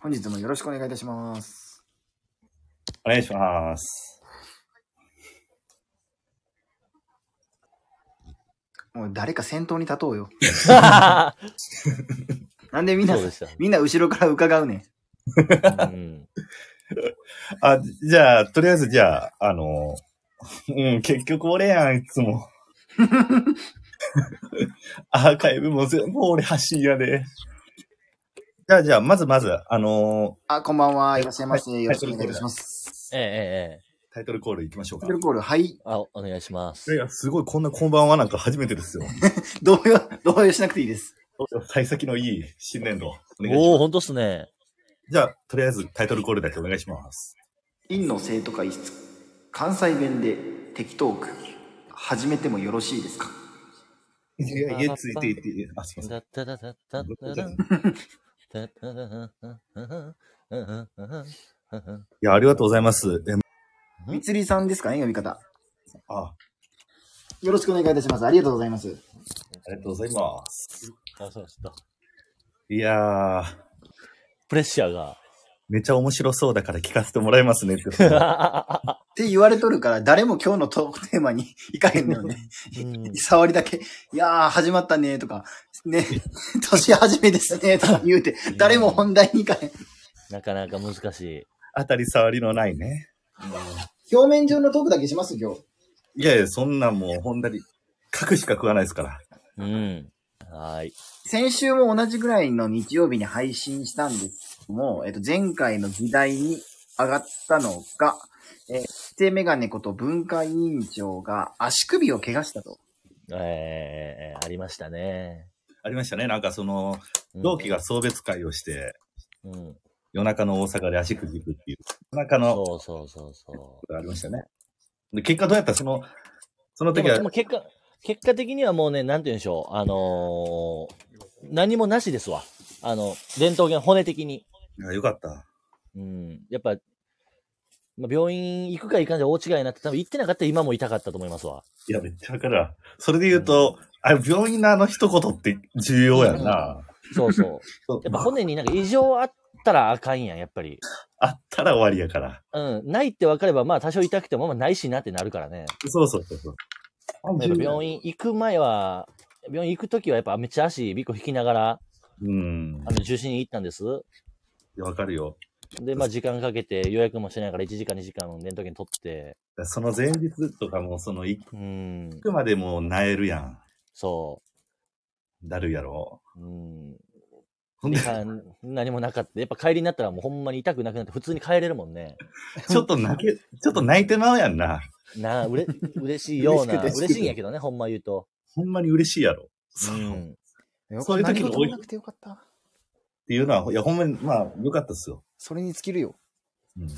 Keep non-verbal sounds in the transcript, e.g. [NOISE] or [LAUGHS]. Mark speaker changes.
Speaker 1: 本日もよろしくお願いいたします。
Speaker 2: お願いします。
Speaker 1: もう誰か先頭に立とうよ。
Speaker 3: そう
Speaker 1: なん [LAUGHS] でみんな、
Speaker 3: でしたね。
Speaker 1: みんな後ろから伺うねん。
Speaker 3: うん
Speaker 2: あ、じゃあ、とりあえず、じゃあ、あの、うん、結局俺やん、いつ [LAUGHS] も。アーカイブも全部俺発信やで。じゃあ、じゃあ、まずまず、あの
Speaker 1: あ、こんばんは。いらっしゃいませ。
Speaker 2: はい
Speaker 1: よろしくお願いいたします。
Speaker 3: ええええええ。
Speaker 2: タイトルコールいきましょう
Speaker 1: タ
Speaker 2: か
Speaker 1: イト。ルコール、はい。
Speaker 3: あ、お願いしま
Speaker 2: いやい
Speaker 3: す。
Speaker 2: や、すごい、こんなこんばんはなんか初めてですよ。
Speaker 1: 動揺、動揺しなくていいです。
Speaker 2: 幸先のいい新年度。お願いし
Speaker 3: お
Speaker 2: ま
Speaker 3: お、ほんとっすね。
Speaker 2: すじゃあ、とりあえずタイトルコールだけお願いします。
Speaker 1: 院の生徒会室、関西弁で適当句、始めてもよろしいですか
Speaker 2: いや、いや、ついていって、あ、すいません。
Speaker 3: だっただだだだだだだだだだ
Speaker 2: いや、ありがとうございます。え
Speaker 1: みつりさんですかね、呼び方。
Speaker 2: あ、
Speaker 1: よろしくお願いいたします。ありがとうございます。
Speaker 2: ありがとうございます。
Speaker 3: あそうですか
Speaker 2: いやー、
Speaker 3: プレッシャーが。
Speaker 2: めちゃ面白そうだから聞かせてもらいますねって。
Speaker 1: っ
Speaker 3: [LAUGHS]
Speaker 1: て言われとるから、誰も今日のトークテーマに行かへんのよね。
Speaker 3: うん
Speaker 1: [LAUGHS] 触りだけ、いやー、始まったね、とか、ね、 [LAUGHS] 年始めですね、とか言
Speaker 2: [LAUGHS]
Speaker 1: うて、誰も本題に行かへん。
Speaker 3: なかなか難しい。
Speaker 2: 当たり障りのないね。
Speaker 1: 表面上のトークだけします、今日。
Speaker 2: いやいや、そんなんもうほんだに、書くしか食わないですから。
Speaker 3: うん。はーい。
Speaker 1: 先週も同じぐらいの日曜日に配信したんですけども、えっと、前回の議題に上がったのが、えー、指定メガネこと文化委員長が足首を怪我したと。
Speaker 3: ええありましたね。
Speaker 2: ありましたね。なんかその、
Speaker 3: うん
Speaker 2: 同期が送別会をして、
Speaker 3: うん。
Speaker 2: 夜中の大阪で足くじくっていう、夜中のこ
Speaker 3: そうそうそうそう。
Speaker 2: とがありましたね。で、結果どうやったその、その
Speaker 3: で
Speaker 2: 時
Speaker 3: も
Speaker 2: は
Speaker 3: でも、結果、結果的にはもうね、なんて言うんでしょう。あのー何もなしですわ。あの、伝統源骨的に。
Speaker 2: いやよかった。
Speaker 3: うん。やっぱ、まあ、病院行くか行かんじゃ大違いになって、多分行ってなかったら今も痛かったと思いますわ。
Speaker 2: いや、めっちゃわかるわ。それで言うと、あ、病院のあの一言って重要やんな。
Speaker 3: そう
Speaker 2: [LAUGHS]
Speaker 3: そう。
Speaker 2: そう
Speaker 3: やっぱ骨になんか異常あったらあかんやん、やっぱり。
Speaker 2: あったら終わりやから。
Speaker 3: うん。ないって分かれば、まあ多少痛くても、まあないしなってなるからね。
Speaker 2: そうそうそうそう。
Speaker 3: やっぱ病院行く前は、病院行くときはやっぱめっちゃ足、びっこ引きながら、
Speaker 2: うん
Speaker 3: あ。の、受診行ったんです。
Speaker 2: いやわかるよ。
Speaker 3: で、まあ時間かけて予約もしないから1時間2時間の時に取って、
Speaker 2: その前日とかも、その行
Speaker 3: うん。
Speaker 2: くまでもなえるやん。
Speaker 3: そ
Speaker 2: だるやろ。
Speaker 3: う。うん。
Speaker 2: ほん
Speaker 3: で
Speaker 2: で、
Speaker 3: か [LAUGHS] 何もなかった。やっぱ帰りになったらもうほんまに痛くなくなって普通に帰れるもんね。
Speaker 2: ちょっと泣け、ちょっと泣いてまうやんな。
Speaker 3: なあ、うれ、嬉しいような。
Speaker 1: 嬉しくて
Speaker 3: 嬉しいんやけどね、ほんま言うと。
Speaker 2: ほんまに嬉しいやろ。
Speaker 3: う
Speaker 2: そう。っ
Speaker 3: ん。
Speaker 2: そういう時の
Speaker 1: 何事もなくてよかった。
Speaker 2: ていうのは、いや、ほんまに、まあ、よかったっすよ。
Speaker 1: それに尽きるよ。
Speaker 2: うん。